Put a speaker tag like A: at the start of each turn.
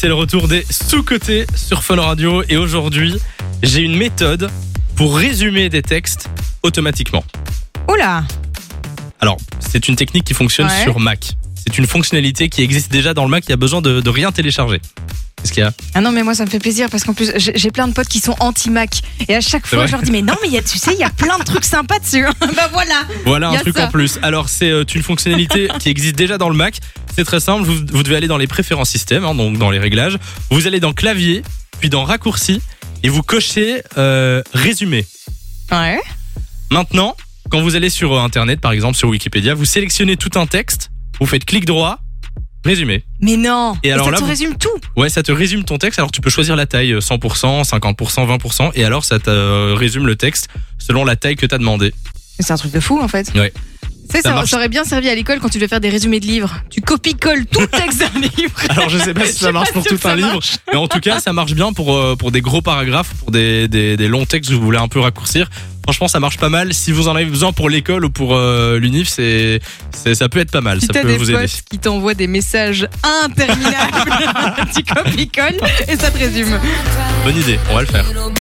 A: C'est le retour des sous-côtés sur Fun Radio et aujourd'hui, j'ai une méthode pour résumer des textes automatiquement.
B: Oula
A: Alors, c'est une technique qui fonctionne
B: Ouais.
A: sur Mac. C'est une fonctionnalité qui existe déjà dans le Mac, il y a besoin de, de rien télécharger. Qu'est-ce qu'il y a
B: Ah non mais moi ça me fait plaisir parce qu'en plus j'ai j'ai plein de potes qui sont anti-Mac et à chaque
A: C'est
B: fois
A: vrai
B: je leur dis mais non mais il y a, tu sais il y a plein de trucs sympas dessus. bah voilà
A: Voilà
B: Il y
A: un
B: a
A: truc
B: ça.
A: en plus. Alors, c'est euh, une fonctionnalité qui existe déjà dans le Mac. C'est très simple, vous, vous devez aller dans les préférences système, hein, donc dans les réglages. Vous allez dans clavier, puis dans raccourci, et vous cochez euh, résumé.
B: Ouais.
A: Maintenant, quand vous allez sur euh, Internet, par exemple sur Wikipédia, vous sélectionnez tout un texte, vous faites clic droit, résumé.
B: Mais non
A: Et alors
B: ça
A: là,
B: te
A: vous-
B: résume tout
A: Ouais, ça te résume ton texte, alors tu peux choisir la taille, euh, 100%, 50%, 20%, et alors ça te euh, résume le texte selon la taille que t'as demandé.
B: Mais c'est un truc de fou en fait.
A: Ouais.
B: Tu sais,
A: Ça
B: ça,
A: marche.
B: ça aurait bien servi à l'école quand tu devais faire des résumés de livres. Tu copies-colles tout le texte d'un livre.
A: Alors je sais pas si
B: Je
A: ça
B: sais
A: marche
B: pas
A: pour
B: si
A: tout
B: ça
A: un livre, mais en tout cas ça marche bien pour, euh, pour des gros paragraphes, pour des, des, des longs textes que vous voulez un peu raccourcir. Franchement ça marche pas mal, si vous en avez besoin pour l'école ou pour euh, l'UNIF, c'est, c'est, ça peut être pas mal,
B: Si
A: ça
B: t'as
A: peut
B: des
A: vous
B: potes
A: aider.
B: qui t'envoient des messages interminables, tu copies-colles et ça te résume.
A: Bonne idée, on va le faire.